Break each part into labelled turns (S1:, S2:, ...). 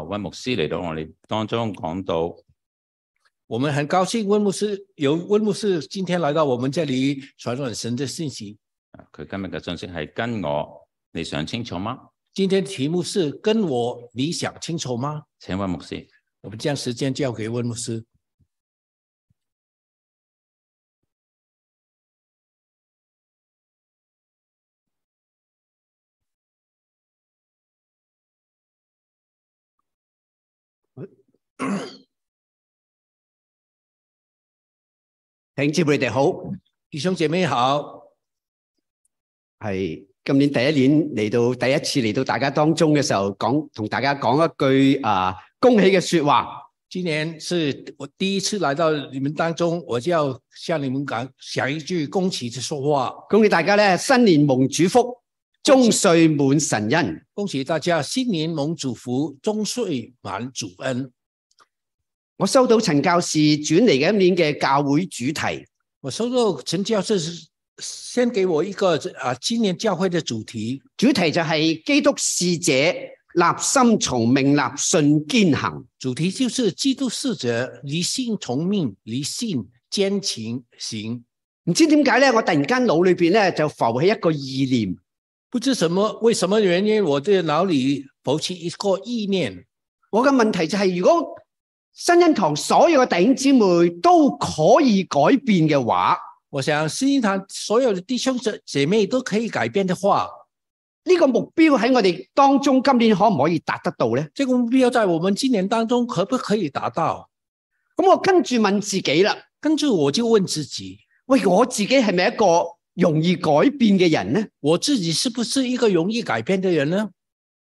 S1: 温啊牧師嚟到我哋當中講到，
S2: 我们很高兴温牧师由温牧师今天来到我们这里传染神的信息。
S1: 啊佢今日嘅信息係跟我，你想清楚嗎？
S2: 今天题目是“跟我你想清楚吗
S1: 請温牧師。”，
S2: 我们将时间交给温牧师。
S3: 弟兄姊妹哋好，
S2: 弟兄姐妹好，
S3: 系今年第一年嚟到第一次嚟到大家當中嘅時候，講同大家講一句啊恭喜嘅说話。
S2: 今年是我第一次来到你们当中，我就要向你们讲讲一句恭喜的说话，
S3: 恭喜大家咧，新年蒙主福，終歲滿神恩。
S2: 恭喜大家新年蒙主福，终岁满主恩。
S3: 我收到陳教士轉嚟嘅一年嘅教會主題，
S2: 我收到陈教授先给我一个啊，今年教会的主题，
S3: 主題就係基督使者立心從命，立信堅行。
S2: 主题就是基督使者离性从命，离性兼情行。
S3: 唔知點解咧，我突然間腦裏边咧就浮起一個意念，
S2: 不知什么为什么原因，我的脑里浮起一个意念，
S3: 我嘅問題就係如果新恩堂所有嘅弟兄姊妹都可以改變嘅話，
S2: 我想新一堂所有的弟兄姐姐妹都可以改变的话，
S3: 呢、個目標喺我哋當中今年可唔可以達得到呢？
S2: 这个目标在我们今年当中可不可以达到？
S3: 咁我跟住問自己啦，
S2: 跟住我就问自己，
S3: 喂，我自己係咪一個容易改變嘅人呢？
S2: 我自己是不是一个容易改變的人呢？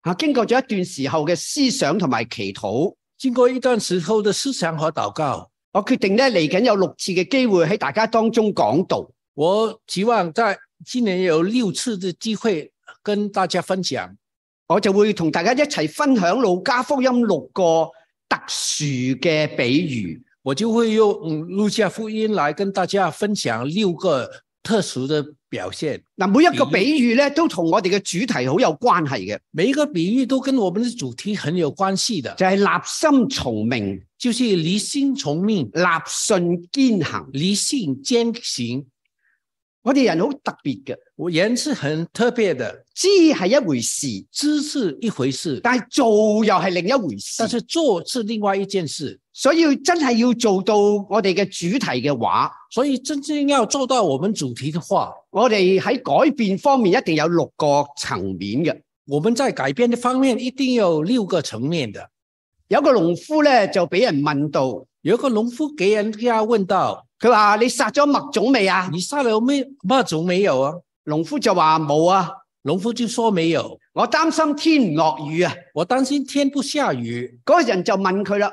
S3: 啊，經過咗一段時候嘅思想同埋祈禱，
S2: 经过一段时候的思想和祷告，
S3: 我決定咧嚟緊有六次嘅機會喺大家當中講道。
S2: 我期望在今年有六次的机会跟大家分享，
S3: 我就會同大家一齊分享《路加福音》六個特殊嘅比喻。
S2: 我就会用嗯路加福音来跟大家分享六个特殊的表现。
S3: 嗱，每一個比喻咧都同我哋嘅主題好有關係嘅，
S2: 每一个比喻都跟我们的主题很有关系的，
S3: 就係立心從命，
S2: 就是离心从命，
S3: 立信堅行。
S2: 离性兼行。
S3: 我哋人好特別嘅，
S2: 我人是很特别的，
S3: 知係一回事，
S2: 知是一回事，
S3: 但係做又係另一回事
S2: 但。是做是另外一件事。
S3: 所以真係要做到我哋嘅主題嘅話，
S2: 所以真正要做到我们主题的话，
S3: 我哋喺改變方面一定有六個層面嘅。
S2: 我们在改变的方面一定有六个层面的。
S3: 有個農夫咧就俾人問到，
S2: 有一个农夫给人家问到
S3: 佢話：你殺咗麥種未啊：“？
S2: 你杀了没骂种没有啊
S3: 農夫就話冇啊，？”
S2: 农夫就说：“没有，
S3: 我擔心天唔落雨啊。
S2: 我担心天不下雨。
S3: 嗰、個人就問佢啦：”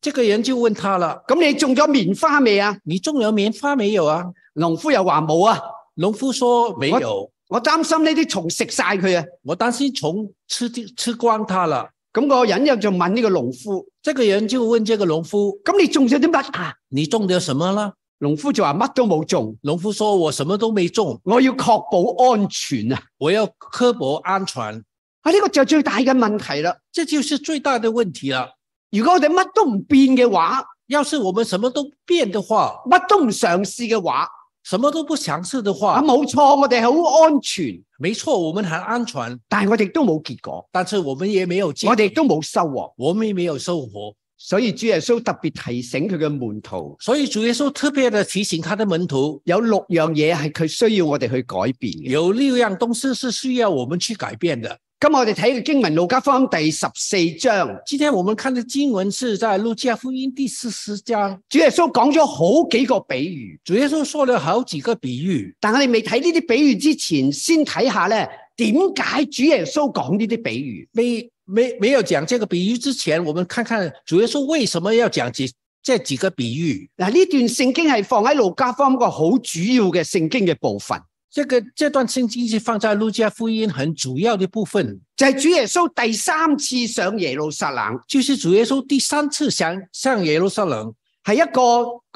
S2: 这个人就问他了
S3: 咁你種咗棉花未啊？：“
S2: 你种了棉花没有啊
S3: 農夫又話冇啊，？”
S2: 农夫说：“没有，
S3: 我擔心呢啲蟲食晒佢啊。
S2: 我担心虫吃掉吃光它了。
S3: 咁、個人又就問呢個農夫：”
S2: 这个人就问这个农夫
S3: 咁你種咗啲乜啊？：“
S2: 你种的什么呢
S3: 農夫就話乜都冇種，？”
S2: 农夫说：“我什么都没种，
S3: 我要確保安全啊！
S2: 我要刻薄安全。
S3: 啊，呢、個就最大嘅問題啦。”
S2: 这就是最大的问题了。
S3: 如果我哋乜都唔變嘅話，
S2: 要是我们什么都变的话，
S3: 乜都唔嘗試嘅話，
S2: 什么都不尝试的
S3: 啊
S2: 话，
S3: 冇錯，我哋好安全，
S2: 没错，我们很安全，
S3: 但係我哋都冇結果，
S2: 但是我们也没有结
S3: 我哋都冇收穫。
S2: 我们也没有收获。
S3: 所以主耶穌特別提醒佢嘅門徒，
S2: 所以主耶稣特别的提醒他的门徒，
S3: 有六樣嘢係佢需要我哋去改變嘅。
S2: 有六样东西是需要我们去改变的。
S3: 咁我哋睇嘅經文《路加福音》第十四章，
S2: 今天我们看的经文是在路加福音第四十章，
S3: 主耶穌講咗好幾個比喻，
S2: 主耶稣说了好几个比喻。
S3: 但我哋未睇呢啲比喻之前，先睇下咧點解主耶穌講呢啲比喻。
S2: 没没没有讲这个比喻之前，我们看看主耶稣为什么要讲几这几个比喻。
S3: 嗱，呢段聖經係放喺路加福音一個好主要嘅聖經嘅部分，
S2: 这个这段圣经是放在路加福音很主要的部分，
S3: 就係主耶穌第三次上耶路撒冷，
S2: 就是主耶稣第三次上上耶路撒冷，
S3: 係一個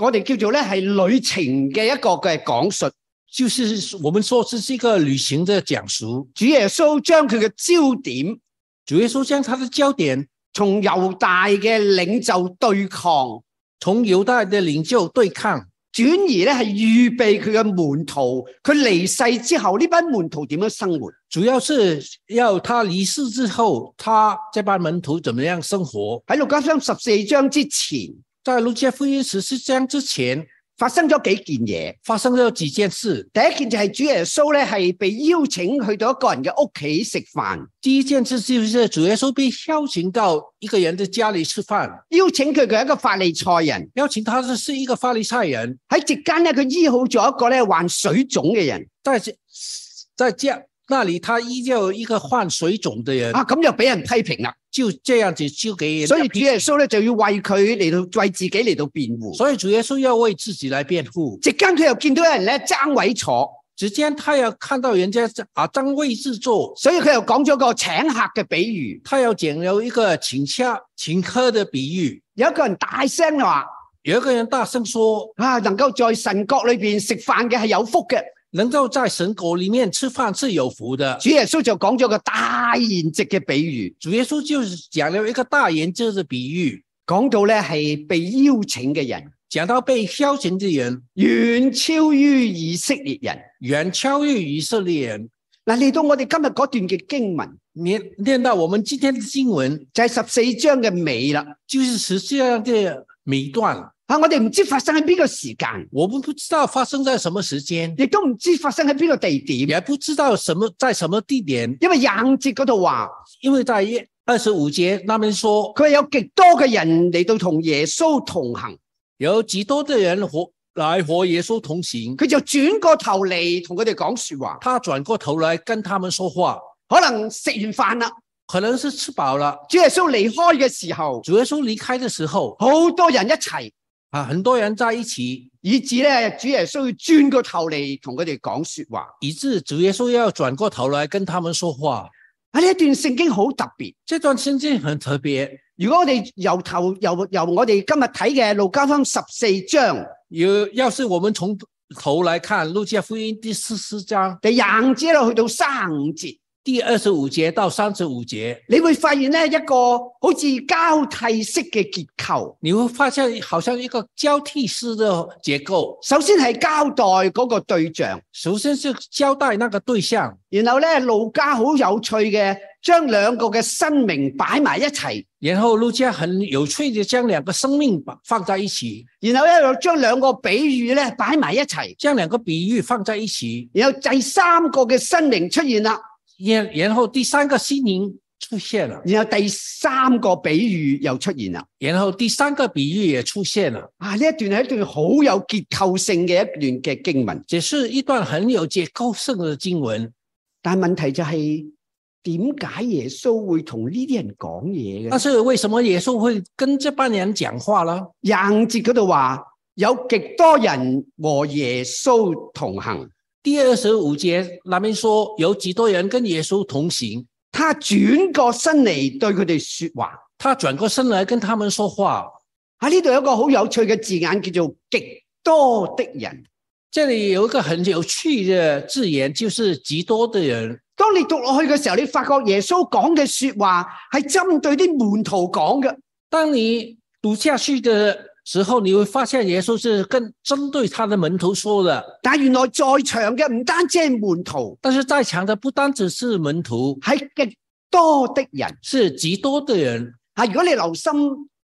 S3: 我哋叫做咧係旅程嘅一個嘅講述。
S2: 就是我们说这是一个旅行的讲述。
S3: 主耶穌將佢嘅焦點
S2: 主耶稣将他的焦点
S3: 從猶大嘅領袖對抗，
S2: 从犹大的领袖对抗，
S3: 轉而咧係預備佢嘅門徒。佢離世之後，呢班門徒點樣生活？
S2: 主要是要他离世之后，他这班门徒怎么样生活。
S3: 喺路加福音十四章之前
S2: 在路加福音十四章之前，
S3: 發生咗幾件嘢。
S2: 发生了几件事。
S3: 第一件就係主耶穌咧係被邀請去到一個人嘅屋企食飯，
S2: 第一件事就是主耶稣被邀请到一个人的家里吃饭，
S3: 邀請佢嘅一個法利賽人
S2: 邀请他的是一个法利赛人，
S3: 喺席間咧，佢醫好咗一個咧患水腫嘅人
S2: 但是在家那里他依旧一个患水肿的人，
S3: 啊，咁就俾人批評啦。
S2: 就这样子就给人
S3: 所以主耶穌咧就要為佢嚟到為自己嚟到辯護。
S2: 所以主耶稣要为自己来辩护。
S3: 席間佢又見到有人咧爭位坐，
S2: 只见他要看到人家在啊占位置坐，
S3: 所以佢又講咗個請客嘅比喻。
S2: 他要讲了一个请客请客的比喻。
S3: 有一個人大聲話：
S2: 有一个人大声说
S3: 啊，能夠在神國裏边食飯嘅係有福嘅。：“
S2: 能够在神国里面吃饭是有福的。
S3: 主耶穌就講咗個大筵席嘅比喻，”
S2: 主耶稣就是讲了一个大言者的比喻，
S3: 講到咧係被邀請嘅人
S2: 讲到被邀请的人
S3: 遠超於以色列人。
S2: 远超越以色列人。
S3: 嗱，嚟到我哋今日嗰段嘅經文
S2: 念念到我们今天的经文，
S3: 就係十四章嘅尾啦。
S2: 就是实际上的每段，
S3: 啊，我哋唔知發生喺邊個時間，
S2: 我们不知道发生在什么时间，
S3: 亦都唔知發生喺邊個地點。
S2: 也不知道什么在什么地点，
S3: 因为廿五節嗰度話，
S2: 因为在二十五节那边说，
S3: 佢係有極多嘅人嚟到同耶穌同行，
S2: 有极多的人和来和耶稣同行，
S3: 佢就轉過頭嚟同佢哋講说話。
S2: 他转过头来跟他们说话，
S3: 可能食完飯啦，
S2: 可能是吃饱了。
S3: 主耶穌離開嘅時候，
S2: 主耶稣离开的时候
S3: 好多人一齊，
S2: 啊，很多人在一起，
S3: 以至咧主耶穌要轉過頭嚟同佢哋講说話。
S2: 以致主耶稣要转过头来跟他们说话。
S3: 喺啊呢一段聖經好特別。
S2: 这段圣经很特别，
S3: 如果我哋由頭由由我哋今日睇嘅路加福音十四章
S2: 有要是我们从头来看路加福音第十四章
S3: 第廿五節一路去到三五節，
S2: 第二十五节到三十五节，
S3: 你會發現咧一個好似交替式嘅結構。
S2: 你会发现好像一个交替式的结构。
S3: 首先係交代嗰個對象，
S2: 首先是交代那个对象，
S3: 然後咧路加好有趣嘅，將兩個嘅生命擺埋一齊，
S2: 然后路加很有趣的将两个生命把放在一起，
S3: 然後咧又將兩個比喻咧擺埋一齊，
S2: 将两个比喻放在一起，
S3: 然後第三個嘅生命出現啦，
S2: 然然后第三个心灵出现了，
S3: 然後第三個比喻又出現啦。
S2: 然后第三个比喻也出现了，
S3: 啊！呢一段係一段好有結構性嘅一段嘅經文，
S2: 这是一段很有结构性的经文。
S3: 但問題就係點解耶穌會同呢啲人講嘢
S2: 但
S3: 嘅？
S2: 是为什么耶稣会跟这班人讲话呢？
S3: 廿五節嗰度話有極多人和耶穌同行。
S2: 第二十五节那边说，有几多人跟耶稣同行，
S3: 他轉過身嚟對佢哋說話。
S2: 他转过身来跟他们说话。
S3: 喺啊呢度有一個好有趣嘅字眼叫做極多的人。
S2: 这里有一个很有趣的字眼，就是极多的人。
S3: 當你讀落去嘅時候，你發覺耶穌講嘅说話係針對啲門徒講嘅，
S2: 当你读下去的时候，你会发现耶稣是更针对他的门徒说的。
S3: 但原來在場嘅唔單止係門徒，
S2: 但是在场的不单只是门徒，
S3: 係極多的人。
S2: 是极多的人。
S3: 啊，如果你留心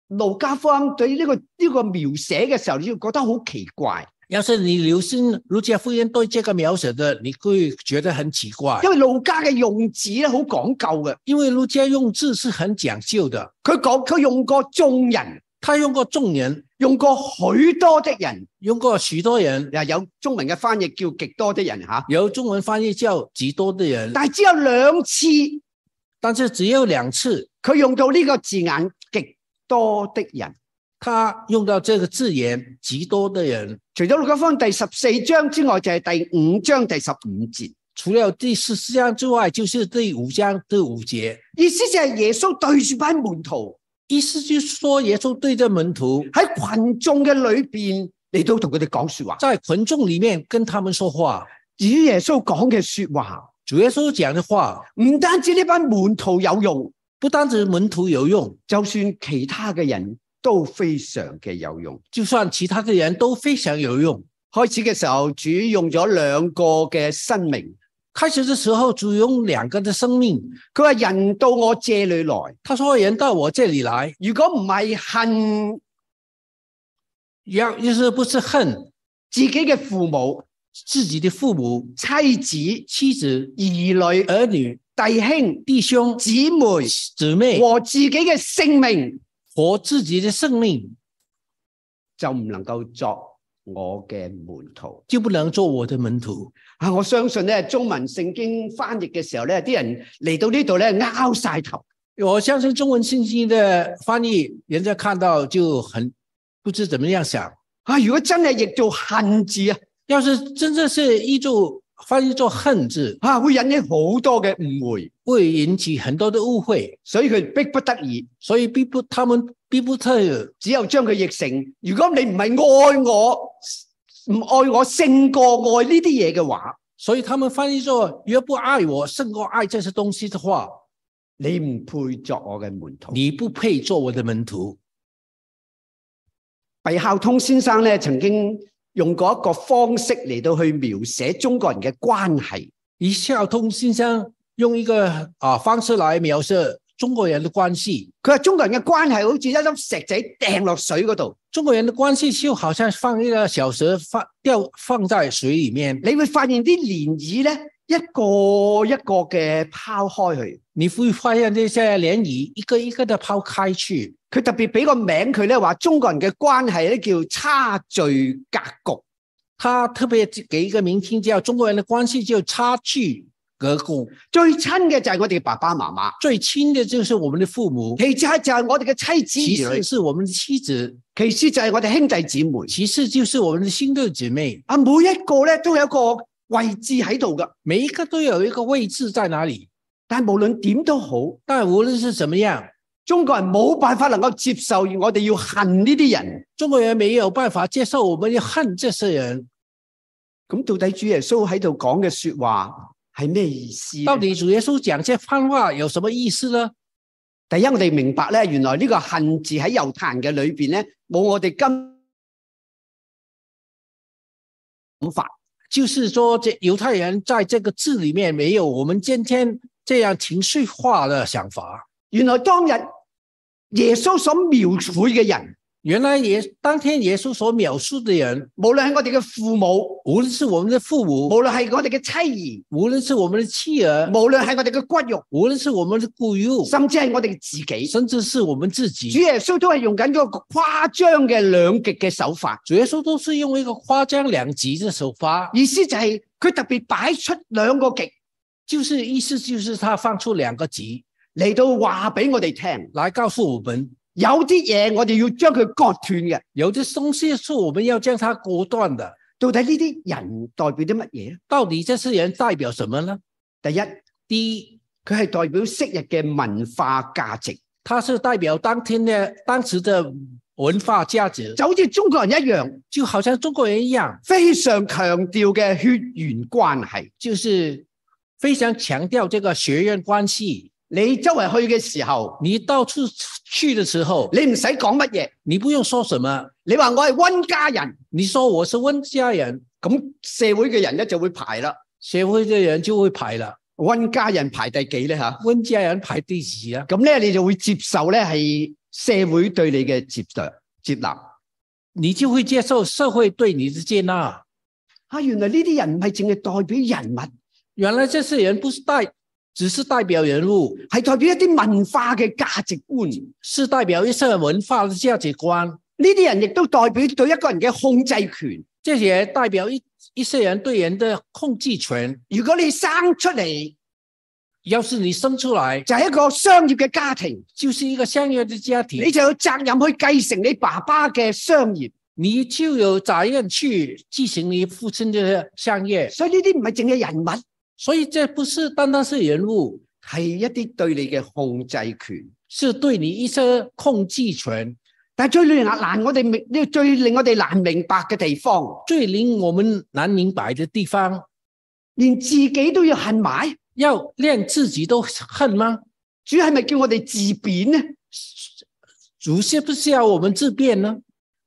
S3: 路加福音對呢、個呢、個描寫嘅時候，你就覺得好奇怪，
S2: 要是你留心儒家福音对这个描写的，你会觉得很奇怪
S3: 因，為路加嘅用字咧好講究嘅。
S2: 因为儒家用字是很讲究的，
S3: 佢講佢用過眾人，
S2: 他用过众人，
S3: 用過許多的人。
S2: 用过许多人，
S3: 又有中文嘅翻譯叫極多的人吓，
S2: 有中文翻译叫极多的人，
S3: 但係只有兩次
S2: 但是只有两次
S3: 佢用到呢個字眼極多的人。
S2: 他用到这个字眼“极多的人
S3: 除咗路加福音第十四章之外，就係第五章第十五節。”，
S2: 除了第十四章之外，就是第五章第五节。
S3: 意思就係耶穌對住班門徒
S2: 意思就是说，耶稣对着门徒
S3: 喺群眾嘅裏边嚟到同佢哋講说話。
S2: 在群众里面跟他们说话，
S3: 至於耶穌講嘅说話，
S2: 主耶稣讲的话
S3: 唔單止呢班門徒有用，
S2: 不单止门徒有用，
S3: 就算其他嘅人都非常嘅有用。
S2: 就算其他的人都非常有用。
S3: 開始嘅時候，主用咗兩個嘅生命，
S2: 开始的时候，主用两个的生命，
S3: 佢話人到我這裏來，
S2: 他说：“人到我这里来，
S3: 如果唔係恨
S2: 要就是不是恨
S3: 自己嘅父母、
S2: 自己的父母、
S3: 妻子、
S2: 妻子、
S3: 兒女、
S2: 儿女、呃
S3: 弟兄、
S2: 弟兄、呃
S3: 姊妹
S2: 姊妹
S3: 和自己嘅性命，
S2: 和自己的生命，
S3: 就唔能夠作我嘅門徒。
S2: 就不能做我的门徒。
S3: 啊，我相信咧，中文聖經翻譯嘅時候咧，啲人嚟到呢度咧，拗晒頭。”
S2: 我相信中文信息的翻译，人家看到就很不知怎么样想。
S3: 啊，如果真係譯做恨字啊，
S2: 要是真正是译做翻译做恨字，
S3: 啊，會引起好多嘅誤會，
S2: 会引起很多的误会，
S3: 所以佢逼不得已。
S2: 所以逼不他们逼不特已
S3: 只有將佢譯成，如果你唔係愛我，唔愛我勝過愛呢啲嘢嘅話，
S2: 所以他们翻译作“若不爱我胜过爱这些东西的话，
S3: 你唔配作我嘅門徒。
S2: 你不配做我的门徒。
S3: 毕孝通先生咧曾經用過一個方式嚟到去描寫中國人嘅關係，”
S2: 一孝通先生用一个啊方式来描述中国人的关系。
S3: 佢話中國人嘅關係好似一粒石仔掟落水嗰度，
S2: 中国人的关系就好像放一个小蛇放掉放在水里面，
S3: 你會發現啲漣漪咧一個一個嘅拋開佢。
S2: 你会发现这些涟漪一个一个的抛开去。
S3: 佢特別俾個名佢咧話中國人嘅關係咧叫差序格局。
S2: 他特别给一个名称叫“中国人的关系就差距隔固
S3: 最親嘅就係我哋嘅爸爸媽媽。”，
S2: 最亲的就是我们的父母，
S3: 其次就係我哋嘅
S2: 其
S3: 妻子
S2: 次是我们的妻子，
S3: 其次就係我哋兄弟姊妹。
S2: 其次就是我们的兄弟姐妹，
S3: 啊，每一個咧都有一個位置喺度噶，
S2: 每一个都有一个位置在哪里。
S3: 但無論點都好，
S2: 但无论是怎么样，
S3: 中國人冇辦法能夠接受我哋要恨呢啲人。
S2: 中国人没有办法接受我们要恨这些人。
S3: 咁到底主耶穌喺度講嘅说話係咩意思呢？
S2: 到底主耶稣讲这番话有什么意思呢？
S3: 第一，我哋明白咧，原來呢個恨字喺猶太人嘅裏边咧，冇我哋今諗法。
S2: 就是说，这犹太人在这个字里面没有我们今天这样情绪化的想法。
S3: 原來當日耶穌所描繪嘅人，
S2: 原来耶当天耶稣所描述的人，
S3: 無論係我哋嘅父母，
S2: 无论是我们的父母，
S3: 無論係我哋嘅妻兒。
S2: 无论是我们的妻儿，
S3: 无论系我哋嘅骨肉，
S2: 无论是我们的骨肉，
S3: 甚至系我哋自己，
S2: 甚至是我们自
S3: 主
S2: 己，
S3: 耶稣都系用紧嗰个夸张嘅两极嘅手法，
S2: 主耶稣都是用一个夸张两极的手法，
S3: 意思就系佢特别摆出两个极
S2: 就是意思就是他放出两个极
S3: 嚟到话俾我哋听，
S2: 来告诉我们，
S3: 有啲嘢我哋要将佢割断嘅。
S2: 有的东西是我们要将它果断的。
S3: 到底呢啲人代表啲乜嘢咧？
S2: 到底这些人代表什么呢？
S3: 第一，
S2: 第一，
S3: 佢系代表昔日嘅文化价值，
S2: 它是代表当天的当时的文化价值，
S3: 就好似中国人一样，
S2: 就好像中国人一样，
S3: 非常强调嘅血缘关系。
S2: 就是非常强调这个学院关系。
S3: 你周围去嘅时候，
S2: 你到处去的时候，
S3: 你唔使讲乜嘢，
S2: 你不用说什么，
S3: 你话我系温家人，
S2: 你说我是温家人，
S3: 咁社会嘅人咧就会排啦。
S2: 协会的人就会排了。
S3: 温家人排第幾咧吓？
S2: 温家人排第几啊？
S3: 咁咧你就會接受咧係社會對你嘅接受接納。
S2: 你就会接受社会对你的接纳。
S3: 啊，原來呢啲人唔係淨係代表人物，
S2: 原来这些人不是代，只是代表人物，
S3: 係代表一啲文化嘅價值觀。呢
S2: 是代表一些文化的价值观。
S3: 啲人亦都代表對一個人嘅控制權。
S2: 这些代表一一些人对人的控制权。
S3: 如果你生出嚟
S2: 要是你生出来
S3: 就係一個商業嘅家庭，
S2: 就是一个相约的家庭
S3: 你，就有責任去繼承你爸爸嘅商業。
S2: 你就有责任去继承你父亲的相约。
S3: 所以呢啲唔係淨係人物，
S2: 所以这不是单单是人物，
S3: 係一啲對你嘅控制權。
S2: 是对你一些控制权。
S3: 但係最令難我哋明，呢個最令我哋難明白嘅地方。
S2: 最令我们难明白的地方，
S3: 连自己都要恨埋，
S2: 要连自己都恨吗？
S3: 主係咪叫我哋自贬呢？
S2: 主是不是要我们自辩呢？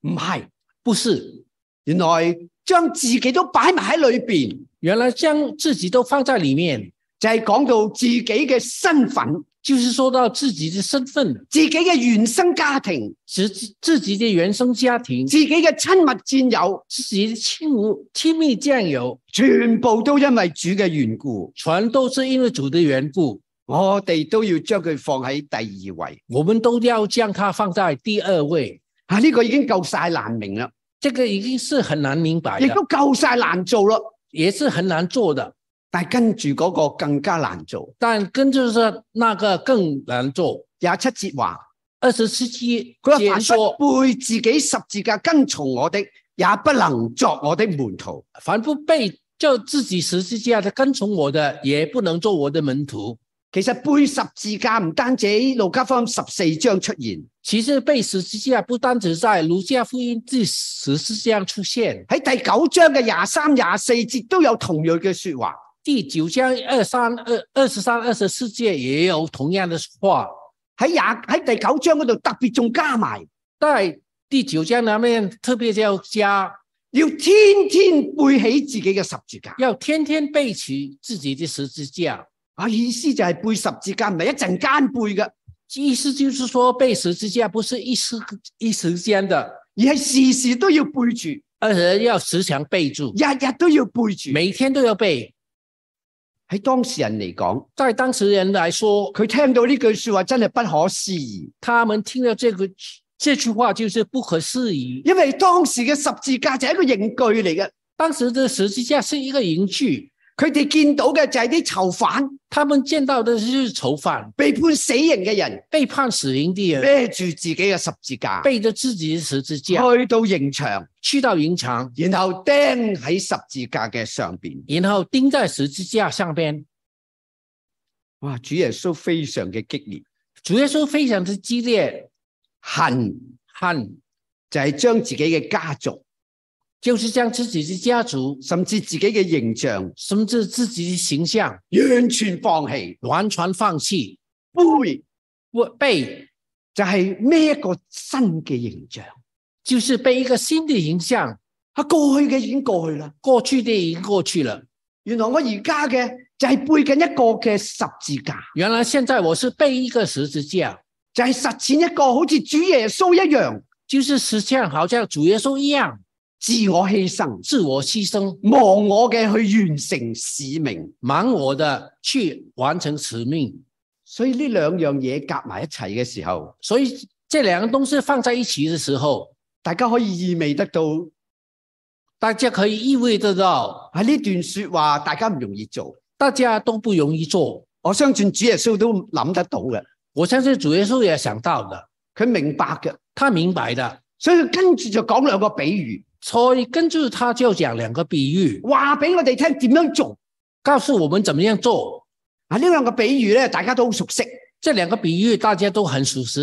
S3: 唔係，
S2: 不是，
S3: 原來將自己都擺埋喺裏边，
S2: 原来将自己都放在里面，
S3: 就係講到自己嘅身份、
S2: 就是说到自己的身份、
S3: 自己嘅原生家庭、
S2: 自自己的原生家庭、
S3: 自己嘅親密戰友，
S2: 自己的亲无亲密战友，
S3: 全部都因為主嘅緣故，
S2: 全都是因为主的缘故，
S3: 我哋都要將佢放喺第二位。
S2: 我们都要将它放在第二位。
S3: 啊，呢、個已經夠晒難明啦，
S2: 这个已经是很难明白
S3: 亦
S2: 的，
S3: 都夠晒難做啦。
S2: 也是很难做的。
S3: 但係跟住嗰個更加難做。
S2: 但跟就是那个更难做。
S3: 廿七節話。
S2: 二十世纪
S3: 佢
S2: 解
S3: 話
S2: 说
S3: 凡，不背自己十字架跟從我的，也不能作我的門徒。
S2: 凡不被叫自己十字架的跟从我的，也不能做我的门徒。
S3: 其實背十字架唔單止喺路加福音十四章出現，
S2: 其实被十字架不单只在儒家福音第十四章出现，
S3: 喺第九章嘅廿三、廿四節都有同樣嘅说話。
S2: 第九章二三二二十三二十四节也有同样的话，
S3: 喺廿喺第九章嗰度特別仲加埋，
S2: 在第九章那面特别要加，
S3: 要天天背起自己嘅十字架。
S2: 要天天背起自己的十字架。
S3: 啊，意思就係背十字架唔係一陣間背嘅，
S2: 意思就是说，背十字架不是一时一时间的，
S3: 而係時時都要背住，
S2: 而是要时常备注，
S3: 日日都要背住。
S2: 每天都要背。
S3: 喺當事人嚟講，
S2: 在当事人来说，
S3: 佢聽到呢句说話真係不可思議。
S2: 他们听到这个这句话就是不可思议。
S3: 因为当时嘅十字架就系一个刑具嚟嘅，
S2: 当时的十字架是一个刑具，
S3: 佢哋见到嘅就系啲囚犯
S2: 他们见到的就是囚犯
S3: 被判死刑嘅人
S2: 被判死刑的人
S3: 孭住自己嘅十字架，
S2: 背着自己的十字架
S3: 去到刑场，
S2: 去到刑场，
S3: 然后钉喺十字架嘅上边。
S2: 然后钉在十字架上边。
S3: 哇！主耶稣非常嘅激烈，
S2: 主耶稣非常之激烈，
S3: 恨
S2: 恨
S3: 就系将自己嘅家族，
S2: 就是将自己的家族
S3: 甚至自己嘅形象
S2: 甚至自己的形象
S3: 完全放弃。
S2: 完全放弃，
S3: 背
S2: 我被
S3: 就系孭一个新嘅形象，
S2: 就是被一个新的形象，
S3: 啊过去嘅已经过去啦。
S2: 过去的已经过去了。
S3: 原来我而家嘅就系背紧一个嘅十字架。
S2: 原来现在我是被一个十字架，
S3: 就係實踐一個好似主耶穌一樣
S2: 就是实像好像主耶稣一样
S3: 自我犧牲、
S2: 自我牺牲，
S3: 忘我嘅去完成使命。
S2: 盲我的去完成使命。
S3: 所以呢兩樣嘢夾埋一齊嘅時候，
S2: 所以这两个东西放在一起的时候，
S3: 大家可以意味得到
S2: 大家可以意味得到，
S3: 啊喺呢段说話，大家唔容易做。
S2: 大家都不容易做。
S3: 我相信主耶穌都諗得到嘅，
S2: 我相信主耶稣也想到的，
S3: 佢明白嘅，
S2: 他明白的，
S3: 所以佢跟住就講兩個比喻，
S2: 所以跟住他就讲两个比喻，
S3: 話俾我哋聽點樣做。
S2: 告诉我们怎么样做。
S3: 啊，呢兩個比喻咧，大家都好熟悉。
S2: 这两个比喻大家都很熟悉。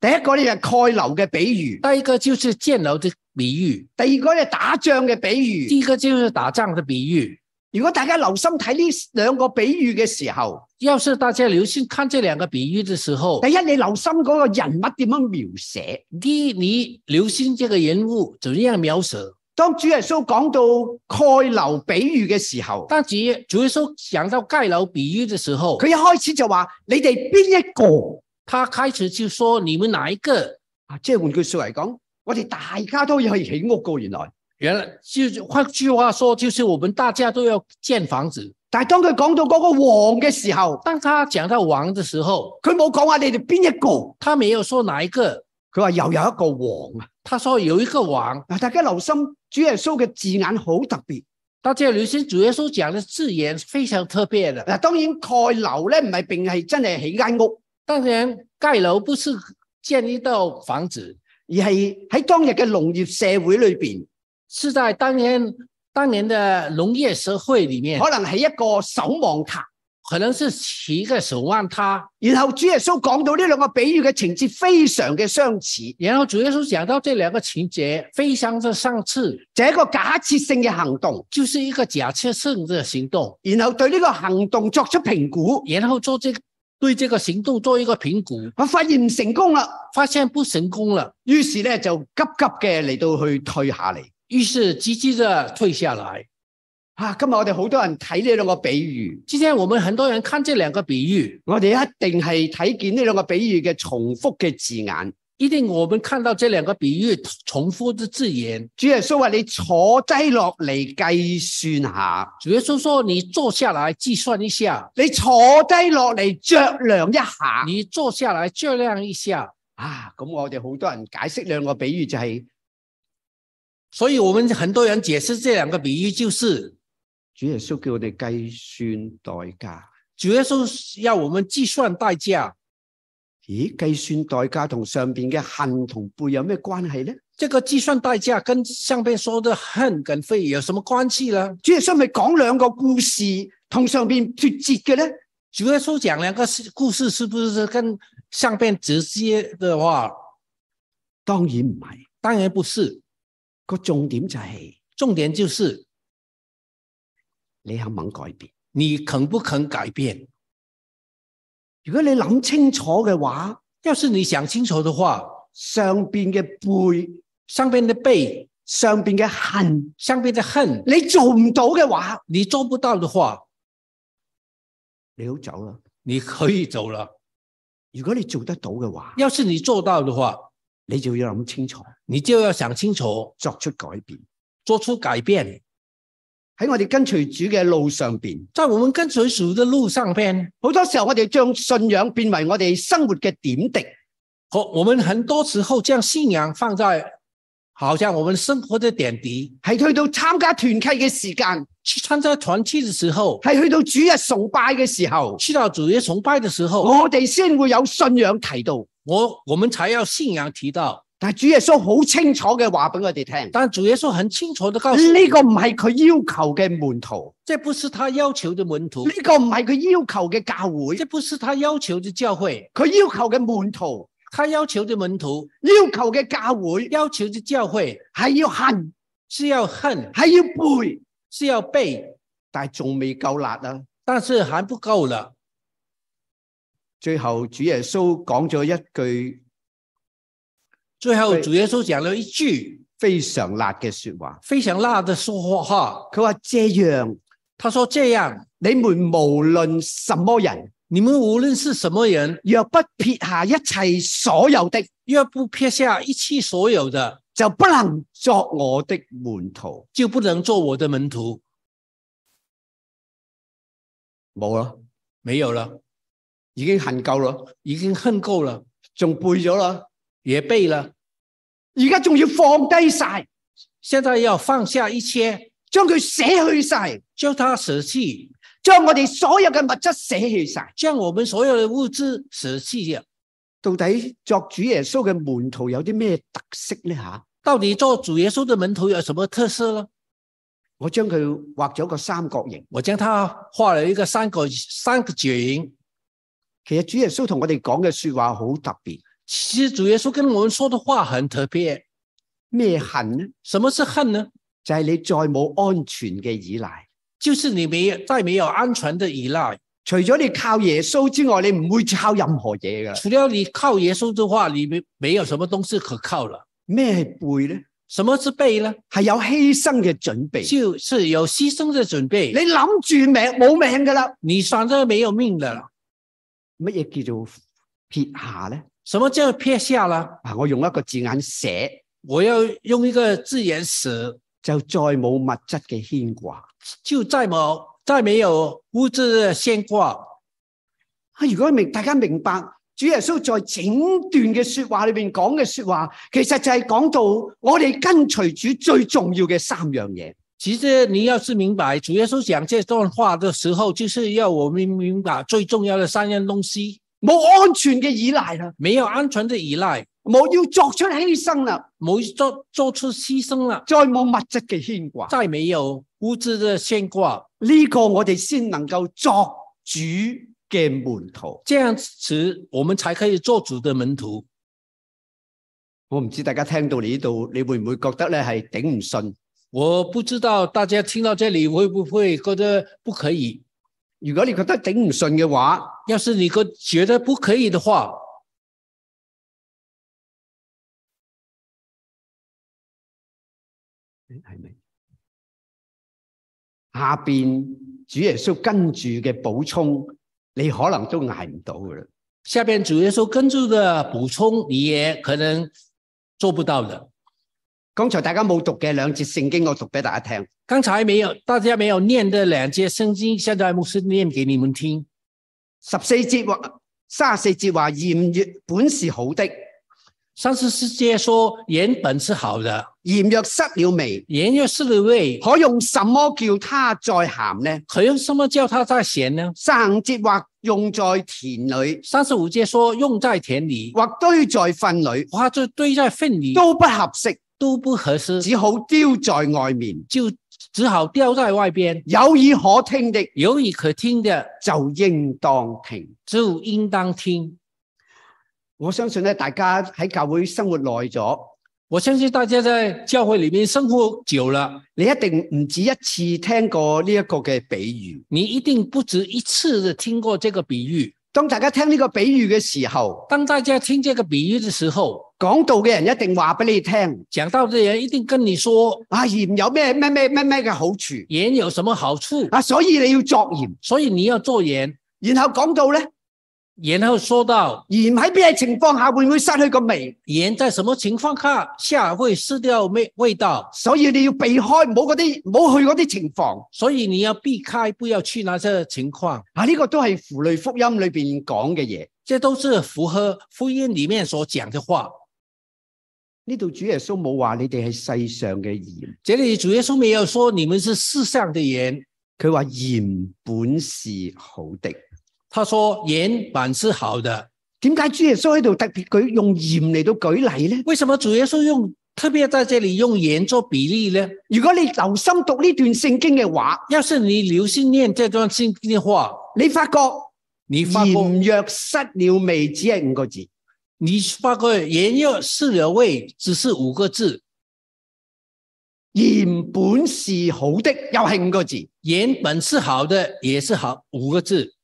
S3: 第一個咧就係蓋樓嘅比喻，
S2: 第一个就是建楼的比喻，
S3: 第二個咧打仗嘅比
S2: 第
S3: 喻。
S2: 一个就是打仗的比喻。
S3: 如果大家留心睇呢兩個比喻嘅時候，
S2: 要是大家留心看这两个比喻的时候
S3: 第，一，你留心嗰個人物點樣描寫。
S2: 第一，你留心这个人物怎么样描写。
S3: 當主耶穌講到蓋樓比喻嘅時候，
S2: 当主耶主耶稣讲到盖楼比喻的时候
S3: 佢，一開始就話：你哋邊一個
S2: 他开始就說：你们哪一个？
S3: 啊？即係換句说話嚟講，我哋大家都要去起屋噶。原來，
S2: 原来就是换句话说，就是我们大家都要建房子。
S3: 但係當佢講到嗰個王嘅時候，
S2: 当他讲到王的时候，
S3: 佢冇講話你哋邊一個，
S2: 他没有说哪一个，
S3: 佢話又有一個王啊！
S2: 他说有一个王。
S3: 嗱，大家留心主耶穌嘅字眼好特別。
S2: 大家留心，主耶稣讲的字眼是非常特别的。
S3: 嗱，當然蓋樓咧唔係並係真係起間屋，
S2: 当然，盖楼不是建一道房子，
S3: 而係喺當日嘅農業社會裏边，
S2: 是在当年当年的农业社会里面，
S3: 可能係一個守望塔。
S2: 可能是起一个手腕他。
S3: 然后主耶稣讲到呢两个比喻嘅情节非常嘅相似，
S2: 然后主耶稣讲到这两个情节，非常的相似，
S3: 就系一个假设性嘅行动，
S2: 就是一个假设性的行动，
S3: 然后对呢个行动作出评估，
S2: 然后做这对这个行动做一个评估，
S3: 我發現唔成功啦，
S2: 发现不成功了，
S3: 於是咧就急急嘅嚟到去退下嚟。
S2: 于是积极的退下来。
S3: 啊，今日我哋好多人睇呢兩個比喻，
S2: 今天我们很多人看这兩個比喻，
S3: 我哋一定係睇見呢兩個比喻嘅重複嘅字眼。
S2: 一定我们看到这兩個比喻重复的字眼。
S3: 主耶穌話：你坐低落嚟計算下，
S2: 主耶稣说：“你坐下来计算一下，
S3: 你坐低落嚟酌量一下。
S2: 你坐下来较量一下。
S3: 啊，咁我哋好多人解釋兩個比喻就係、”
S2: 所以，我们很多人解释这兩個比喻，就是
S3: 主耶穌叫我哋計算代價。
S2: 主耶稣要我们计算代价。
S3: 咦，計算代價同上边嘅恨同背有咩關係呢？
S2: 这个计算代价跟上面说的恨跟肺有什么关系呢？
S3: 主耶穌咪講兩個故事同上边脱節嘅咧？
S2: 主耶稣讲两个事故事，是不是跟上面直接的话？
S3: 當然唔係，
S2: 当然不是，
S3: 個重點就係
S2: 重点就是
S3: 你肯唔肯改變。
S2: 你肯不肯改变。
S3: 如果你諗清楚嘅話，
S2: 要是你想清楚的话，
S3: 上边嘅背、
S2: 上面的背，
S3: 上边嘅恨，
S2: 上面的恨，
S3: 你做唔到嘅話，
S2: 你做不到的话，
S3: 你好走啦。
S2: 你可以走了。
S3: 如果你做得到嘅話，
S2: 要是你做到的话，
S3: 你就要諗清楚，
S2: 你就要想清楚，
S3: 作出改變。
S2: 做出改变。
S3: 喺我哋跟隨主嘅路上边，
S2: 在我們跟随主的路上边，
S3: 好多時候我哋將信仰變為我哋生活嘅點滴。
S2: 和我们很多时候将信仰放在好像我们生活的点滴，
S3: 系去到參加團契嘅時間，
S2: 去参加团契的时候，
S3: 係去到主日崇拜嘅時候，
S2: 去到主耶崇拜的时候，
S3: 我哋先會有信仰提到。
S2: 我我们才要信仰提到。
S3: 但系主耶穌好清楚嘅話俾我哋聽，
S2: 但主耶稣很清楚的告诉
S3: 呢、個唔係佢要求嘅門徒，
S2: 这不是他要求的门徒
S3: 呢、，個唔係佢要求嘅教會，
S2: 这不是他要求的教会，
S3: 佢要求嘅門徒，
S2: 他要求的门徒，
S3: 要求嘅教會
S2: 要求的教会
S3: 係要恨，
S2: 是要恨，
S3: 係要背，
S2: 是要背，
S3: 但系仲未夠辣啊！
S2: 但是还不够了。
S3: 最後主耶穌講咗一句
S2: 最后，
S3: 对
S2: 主耶稣讲了一句
S3: 非常辣嘅说話，
S2: 非常辣的说话，
S3: 佢話：這樣
S2: 他说：“这样，
S3: 你們無論什麼人。
S2: 你们无论是什么人，
S3: 若不撇下一切所有的，
S2: 若不撇下一切所有的，
S3: 就不能作我的門徒。
S2: 就不能做我的门徒。
S3: 冇啦，”
S2: 没有了，
S3: 已經恨夠啦，
S2: 已经恨够了，
S3: 仲背咗啦，
S2: 也背了，
S3: 而家仲要放低晒，
S2: 现在要放下一切，
S3: 將佢捨去晒，
S2: 叫他舍弃，
S3: 將我哋所有嘅物質捨去晒。
S2: 将我们所有的物质舍弃了。
S3: 到底作主耶穌嘅門徒有啲咩特色呢？吓，
S2: 到底做主耶稣的门徒有什么特色呢？
S3: 我將佢畫咗個三角形。
S2: 我将它画了一个三个三个角形。
S3: 其實主耶穌同我哋講嘅说話好特別。
S2: 其实主耶稣跟我们说的话很特别。
S3: 咩恨呢？
S2: 什么是恨呢？
S3: 就係你再冇安全嘅依賴。
S2: 就是你没有再没有安全的依赖，
S3: 除咗你靠耶穌之外，你唔會靠任何嘢噶啦。
S2: 除了你靠耶稣的话，你没没有什么东西可靠了。
S3: 咩係背呢？
S2: 什么是背呢？
S3: 係有犧牲嘅準備。
S2: 就是有牺牲的准备
S3: 你。諗住命冇命噶啦。
S2: 你反正没有命的了。
S3: 乜嘢叫做撇下咧？
S2: 什么叫撇下了？
S3: 啊，我用一個字眼寫，
S2: 我要用一个字眼死，
S3: 就再冇物質嘅牽掛。啊，
S2: 就再冇再没有物质的牵挂。
S3: 啊如果明大家明白。主耶穌在整段嘅说話裏边講嘅说話，其實就係講到我哋跟隨主最重要嘅三樣嘢。
S2: 其实你要是明白主耶稣讲这段话的时候，就是要我们明白最重要的三样东西：
S3: 冇安全嘅依賴啦，
S2: 没有安全的依赖，
S3: 冇要作出犧牲啦，
S2: 没做做出牺牲了，
S3: 再冇物質嘅牽掛。
S2: 再没有物质的牵挂，
S3: 呢個我哋先能夠作主嘅門徒。
S2: 这样子我们才可以做主的门徒。
S3: 我唔知大家聽到嚟呢度，你會唔會覺得咧係頂唔順？
S2: 我不知道大家听到这里会不会觉得不可以？
S3: 如果你覺得頂唔順嘅話，
S2: 要是你个觉得不可以的话，
S3: 係咪？下邊主耶穌跟住嘅補充，你可能都捱唔到噶啦。
S2: 下边主耶稣跟住的补充，你也可能做不到的。
S3: 剛才大家冇讀嘅兩節聖經，我讀俾大家聽。
S2: 刚才没有大家没有念的两节圣经，现在牧师念给你们听。
S3: 十四節話，三十四節話鹽若本是好的，
S2: 上次世界说盐本是好的，
S3: 鹽若失了味，
S2: 盐又是了味，
S3: 可用什麼叫它再鹹呢？
S2: 可用什么叫它在咸呢？
S3: 三五節或用在田裏，
S2: 三十五节说用在田里，
S3: 或堆在糞裏，
S2: 花就堆在粪里，
S3: 都不合適，
S2: 都不合适，
S3: 只好丟在外面。
S2: 就只好掉在外边。
S3: 有耳可聽的
S2: 有理可听的
S3: 就應當聽。
S2: 就应当听。
S3: 我相信咧，大家喺教會生活耐咗，
S2: 我相信大家在教会里面生活久了，
S3: 你一定唔止一次聽過呢一個嘅比喻。
S2: 你一定不止一次的听过这个比喻。
S3: 當大家聽呢個比喻嘅時候，
S2: 当大家听这个比喻的时候，
S3: 講道嘅人一定話俾你聽：
S2: 讲到的人一定跟你说
S3: 啊，鹽有咩咩咩咩咩嘅好處
S2: 盐有什么好处，
S3: 啊，所以你要作鹽。
S2: 所以你要做盐。
S3: 然後講到咧，
S2: 然后说到
S3: 鹽喺咩情況下會唔會失去個味？
S2: 盐在什么情况下下会失掉味味道，
S3: 所以你要避開，唔好嗰啲，唔好去嗰啲情況。
S2: 所以你要避开，不要去拿这个情况。
S3: 啊，呢、個都係符類福音裏边講嘅嘢。
S2: 这都是符合福音里面所讲的话。
S3: 呢度主耶穌冇話你哋係世上嘅鹽，
S2: 这里主耶稣没有说你们是世上的盐，
S3: 佢話鹽本是好的。
S2: 他说盐本是好的。
S3: 點解主耶穌喺度特別舉用鹽嚟到舉例咧？
S2: 为什么主耶稣用特别在这里用盐做比例呢？
S3: 如果你留心讀呢段聖經嘅話，
S2: 要是你留心念这段圣经的话，
S3: 你發覺
S2: 你发
S3: 鹽
S2: 过
S3: 若失了味，只係五個字。
S2: 你发过盐又是了味，只是五个字，
S3: 鹽本是好的，又係五個字。
S2: 盐本是好的，也是好五个字，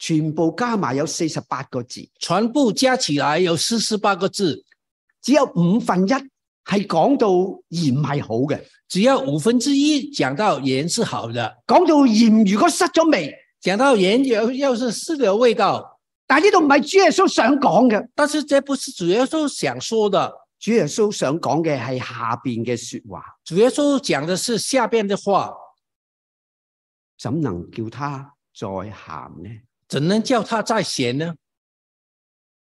S3: 全部加埋有四十八個字，
S2: 全部加起来有四十八个字，
S3: 只有五分一係講到鹽係好嘅。
S2: 只要五分之一讲到盐是好的，
S3: 講到鹽如果失咗味，
S2: 讲到盐要要是失了味道，
S3: 但係呢度唔係主耶穌想講嘅。
S2: 但是这不是主耶稣想说的，
S3: 主耶穌想講嘅係下边嘅说話，
S2: 主耶稣讲的是下边的话，
S3: 怎能叫他再鹹呢？
S2: 怎能叫他再咸呢？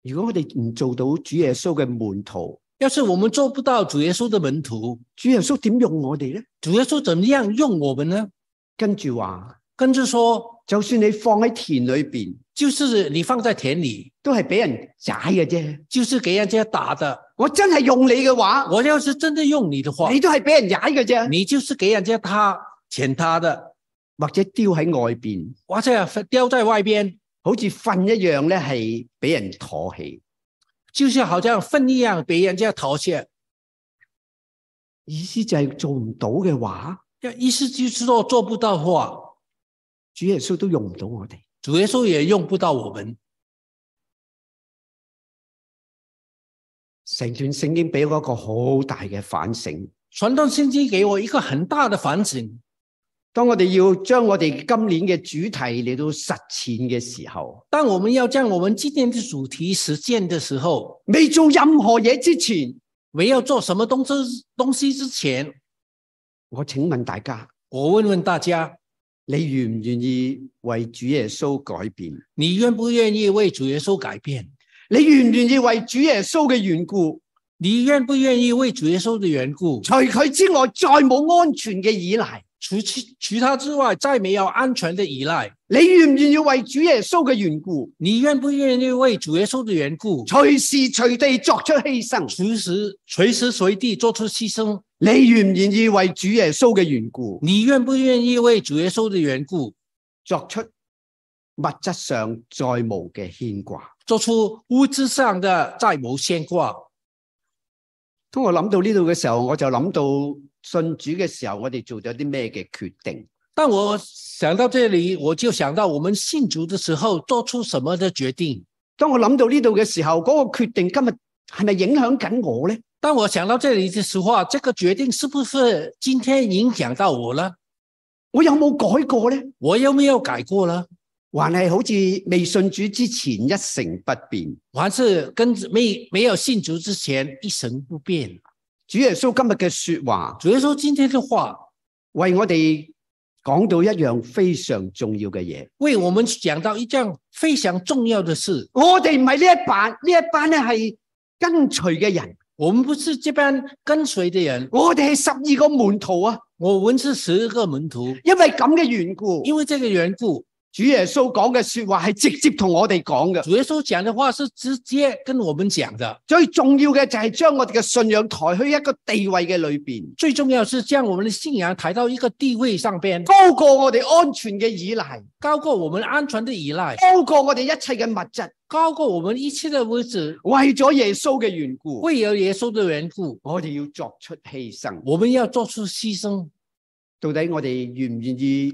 S3: 如果我哋唔做到主耶穌嘅門徒，
S2: 要是我们做不到主耶稣的门徒，
S3: 主耶穌點用我哋呢？
S2: 主耶稣怎么样用我们呢？
S3: 跟住話，
S2: 跟着说，
S3: 就算你放喺田裏边，
S2: 就是你放在田里，
S3: 都係俾人踩嘅啫。
S2: 就是给人家打的。
S3: 我真係用你嘅話，
S2: 我要是真的用你的话，
S3: 你都係俾人踩嘅啫，
S2: 你就是给人家他钱他的，
S3: 或者丟喺外边，
S2: 或者丢在外边，
S3: 好似瞓一樣咧，係俾人唾棄。
S2: 就是好像粪一样被人家淘汰。
S3: 意思就係做唔到嘅話，
S2: 要意思就是说做不到的话，
S3: 主耶穌都用唔到我哋。
S2: 主耶稣也用不到我们。
S3: 成段聖經俾我一個好大嘅反省。
S2: 传道圣经给我一个很大的反省。
S3: 当我哋要将我哋今年嘅主题嚟到实践嘅时候，
S2: 当我们要将我们今天的主题实践的时候，
S3: 未做任何嘢之前，
S2: 没有做什么东西东西之前，
S3: 我请问大家，
S2: 我问问大家，
S3: 你愿唔愿意为主耶稣改变？
S2: 你愿不愿意为主耶稣改变？
S3: 你愿唔愿意为主耶稣嘅缘故，
S2: 你愿不愿意为主耶稣的缘故，
S3: 除佢之外再冇安全嘅依赖？
S2: 除其除他之外再没有安全的依赖？
S3: 你愿唔愿意为主耶稣嘅缘故，
S2: 你愿不愿意为主耶稣的缘故，
S3: 随时随地作出牺牲？
S2: 随时随时随地做出牺牲？
S3: 你愿唔愿意为主耶稣嘅缘故，
S2: 你愿不愿意为主耶稣的缘故，
S3: 作出物质上再无嘅牵挂？
S2: 做出物质上的再无牵挂？
S3: 当我谂到呢度嘅时候，我就谂到信主嘅时候，我哋做咗啲咩嘅决定？
S2: 当我想到这里，我就想到我们信主的时候做出什么的决定。
S3: 当我谂到呢度嘅时候，嗰、個決定今日係咪影響緊我咧？
S2: 当我想到这里的时候啊，这个决定是不是今天影响到我了？
S3: 我有冇改過咧？
S2: 我有没有改过了？
S3: 還係好似未信主之前一成不變？
S2: 还是跟没没有信主之前一成不变？
S3: 主耶穌今日嘅说話
S2: 主要说今天的話，
S3: 為我哋講到一樣非常重要嘅嘢。
S2: 为我们讲到一件非常重要的事。
S3: 我哋唔係呢一班，呢一班咧係跟隨嘅人，
S2: 我们不是这班跟随的人，
S3: 我哋係十二個門徒啊！
S2: 我们是十个门徒。
S3: 因為咁嘅緣故，
S2: 因为这个缘故，
S3: 主耶穌講嘅说話係直接同我哋講嘅。
S2: 主耶稣讲的话是直接跟我们讲的。
S3: 最重要嘅就係將我哋嘅信仰抬去一個地位嘅裏边，
S2: 最重要是将我们的信仰抬到一个地位上边，
S3: 高過我哋安全嘅依賴，
S2: 高过我们安全的依赖，
S3: 高過我哋一切嘅物質。
S2: 高过我们一切的位置。
S3: 為咗耶穌嘅緣故，
S2: 为了耶稣的缘故，
S3: 我哋要作出犧牲。
S2: 我们要做出牺牲。
S3: 到底我哋願唔願意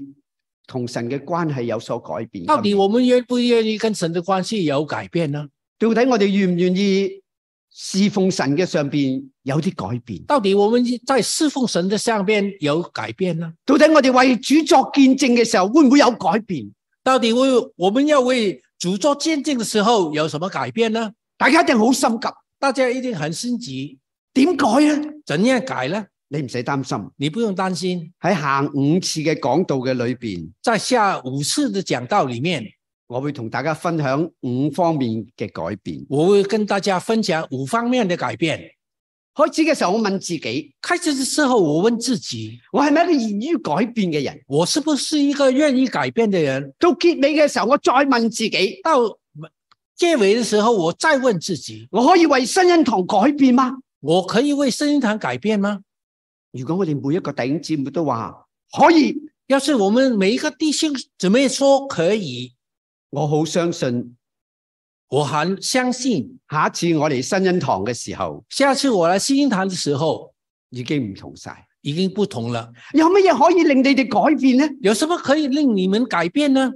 S3: 同神嘅關係有所改變？
S2: 到底我们愿不愿意跟神的关系有改变呢？
S3: 到底我哋願唔願意侍奉神嘅上边有啲改變？
S2: 到底我们在侍奉神的上边有改变呢？
S3: 到底我哋為主作見證嘅時候會唔會有改變？
S2: 到底为我们要为主做见证的时候有什么改变呢？
S3: 大家一定好心急，
S2: 大家一定很心急，
S3: 點改咧？
S2: 怎样改呢？
S3: 你唔使擔心，
S2: 你不用担心，
S3: 喺下五次嘅講道嘅裏边。
S2: 在下五次的讲道里面，
S3: 我会同大家分享五方面嘅改变。
S2: 我会跟大家分享五方面的改变。
S3: 开始嘅时候，我问自己：
S2: 开始的时候，我问自己，
S3: 我系咪一个易于改变嘅人？
S2: 我是不是一个愿意改变的人？
S3: 到结尾嘅时候，我再问自己：
S2: 到结尾的时候，我再问自己，
S3: 我可以为新恩堂改变吗？
S2: 我可以为圣经堂改变吗？
S3: 如果我哋每一个弟兄姊妹都话可以，
S2: 要是我们每一个弟兄姊妹说可以，
S3: 我好相信
S2: 我还相信
S3: 下一次我嚟新恩堂嘅时候
S2: 下次我来新英堂的时候
S3: 已经唔同晒。
S2: 已经不同了。
S3: 有乜嘢可以令你哋改变呢？
S2: 有什么可以令你们改变呢？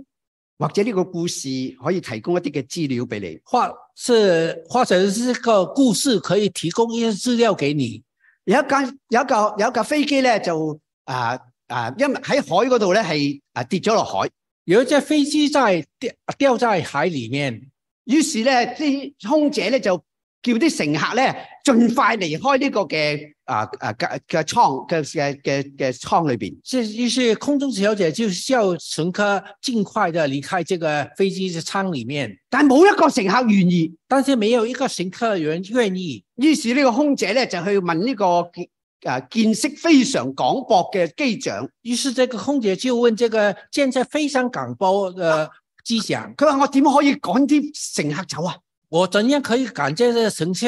S3: 或者呢个故事可以提供一啲嘅资料俾你。
S2: 或是或者是这个故事可以提供一些资料给你。
S3: 有一架有一架有一架飛機咧就啊啊，因為喺海嗰度咧係啊跌咗落海，
S2: 有一架飞机在掉掉在海里面，
S3: 於是咧啲空姐咧就叫啲乘客咧盡快離開呢個嘅啊啊嘅嘅倉嘅嘅嘅嘅倉裏邊。
S2: 这就是空中小姐就叫乘客尽快的离开这个飞机的舱里面，
S3: 但係冇一個乘客願意，
S2: 但是没有一个乘客员愿意。
S3: 於是呢個空姐咧就去問呢、個啊見識非常廣博嘅機長，
S2: 于是这个空姐就问这个现在非常港包的机长，
S3: 佢話我點可以趕啲乘客走啊？
S2: 我怎样可以赶这个乘客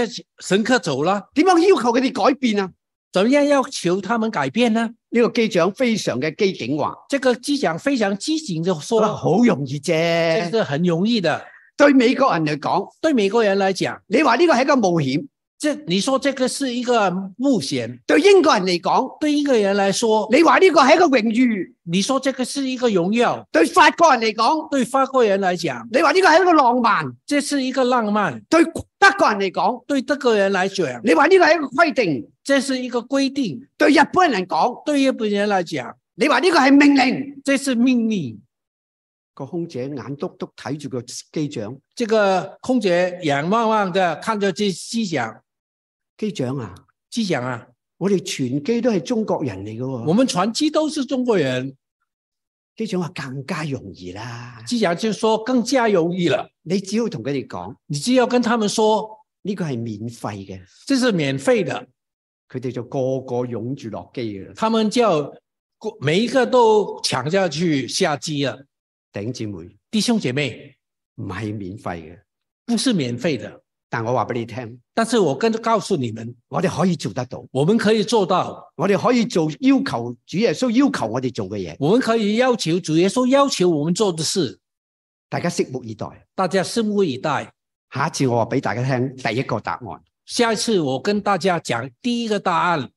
S2: 乘客走了？
S3: 點樣要求佢哋改變啊？
S2: 怎样要求他们改变呢？
S3: 呢、個機長非常嘅機警話：，
S2: 这个机长非常机警的
S3: 我話
S2: 说，
S3: 好容易啫
S2: 这。是很容易的。
S3: 对美國人嚟講，
S2: 对美国人来讲，
S3: 你話呢個係一個冒險；
S2: 这你说这个是一个冒险；
S3: 對英國人嚟講，
S2: 对英国人来说，
S3: 你話呢個係一個榮譽；
S2: 你说这个是一个荣耀；
S3: 對法國人嚟講，
S2: 对法国人来讲，
S3: 你話呢個係一個浪漫；
S2: 这是一个浪漫；
S3: 對德國人嚟講，
S2: 对德国人来讲，
S3: 你話呢個係一個規定；
S2: 这是一个规定；
S3: 對日本人嚟講，
S2: 对日本人来讲，
S3: 你話呢個係命令。
S2: 这是命令。
S3: 個空姐眼篤篤睇住個機長，
S2: 这个空姐眼望望的看着这机长，
S3: 機長啊，
S2: 机长啊，
S3: 我哋全機都係中國人嚟嘅
S2: 我
S3: 喎。
S2: 们全机都是中国人。
S3: 機長話更加容易啦，
S2: 机长就说更加容易了，
S3: 你只要同佢哋講
S2: 你只要跟他们说
S3: 呢個係免費嘅，
S2: 这是免费的，
S3: 佢哋就個個湧住落機嘅啦。
S2: 他们就每一个都抢下去下机了。
S3: 弟兄姊妹
S2: 弟兄姐妹，
S3: 唔係免費嘅。
S2: 不是免费的，
S3: 但我話俾你聽，
S2: 但是我跟告诉你们，
S3: 我哋可以做得到，
S2: 我们可以做到，
S3: 我哋可以做要求主耶穌要求我哋做嘅嘢。
S2: 我们可以要求主耶稣要求我们做的事，
S3: 大家拭目以待。
S2: 大家拭目以待。
S3: 下一次我話俾大家聽第一個答案。
S2: 下一次我跟大家讲第一个答案，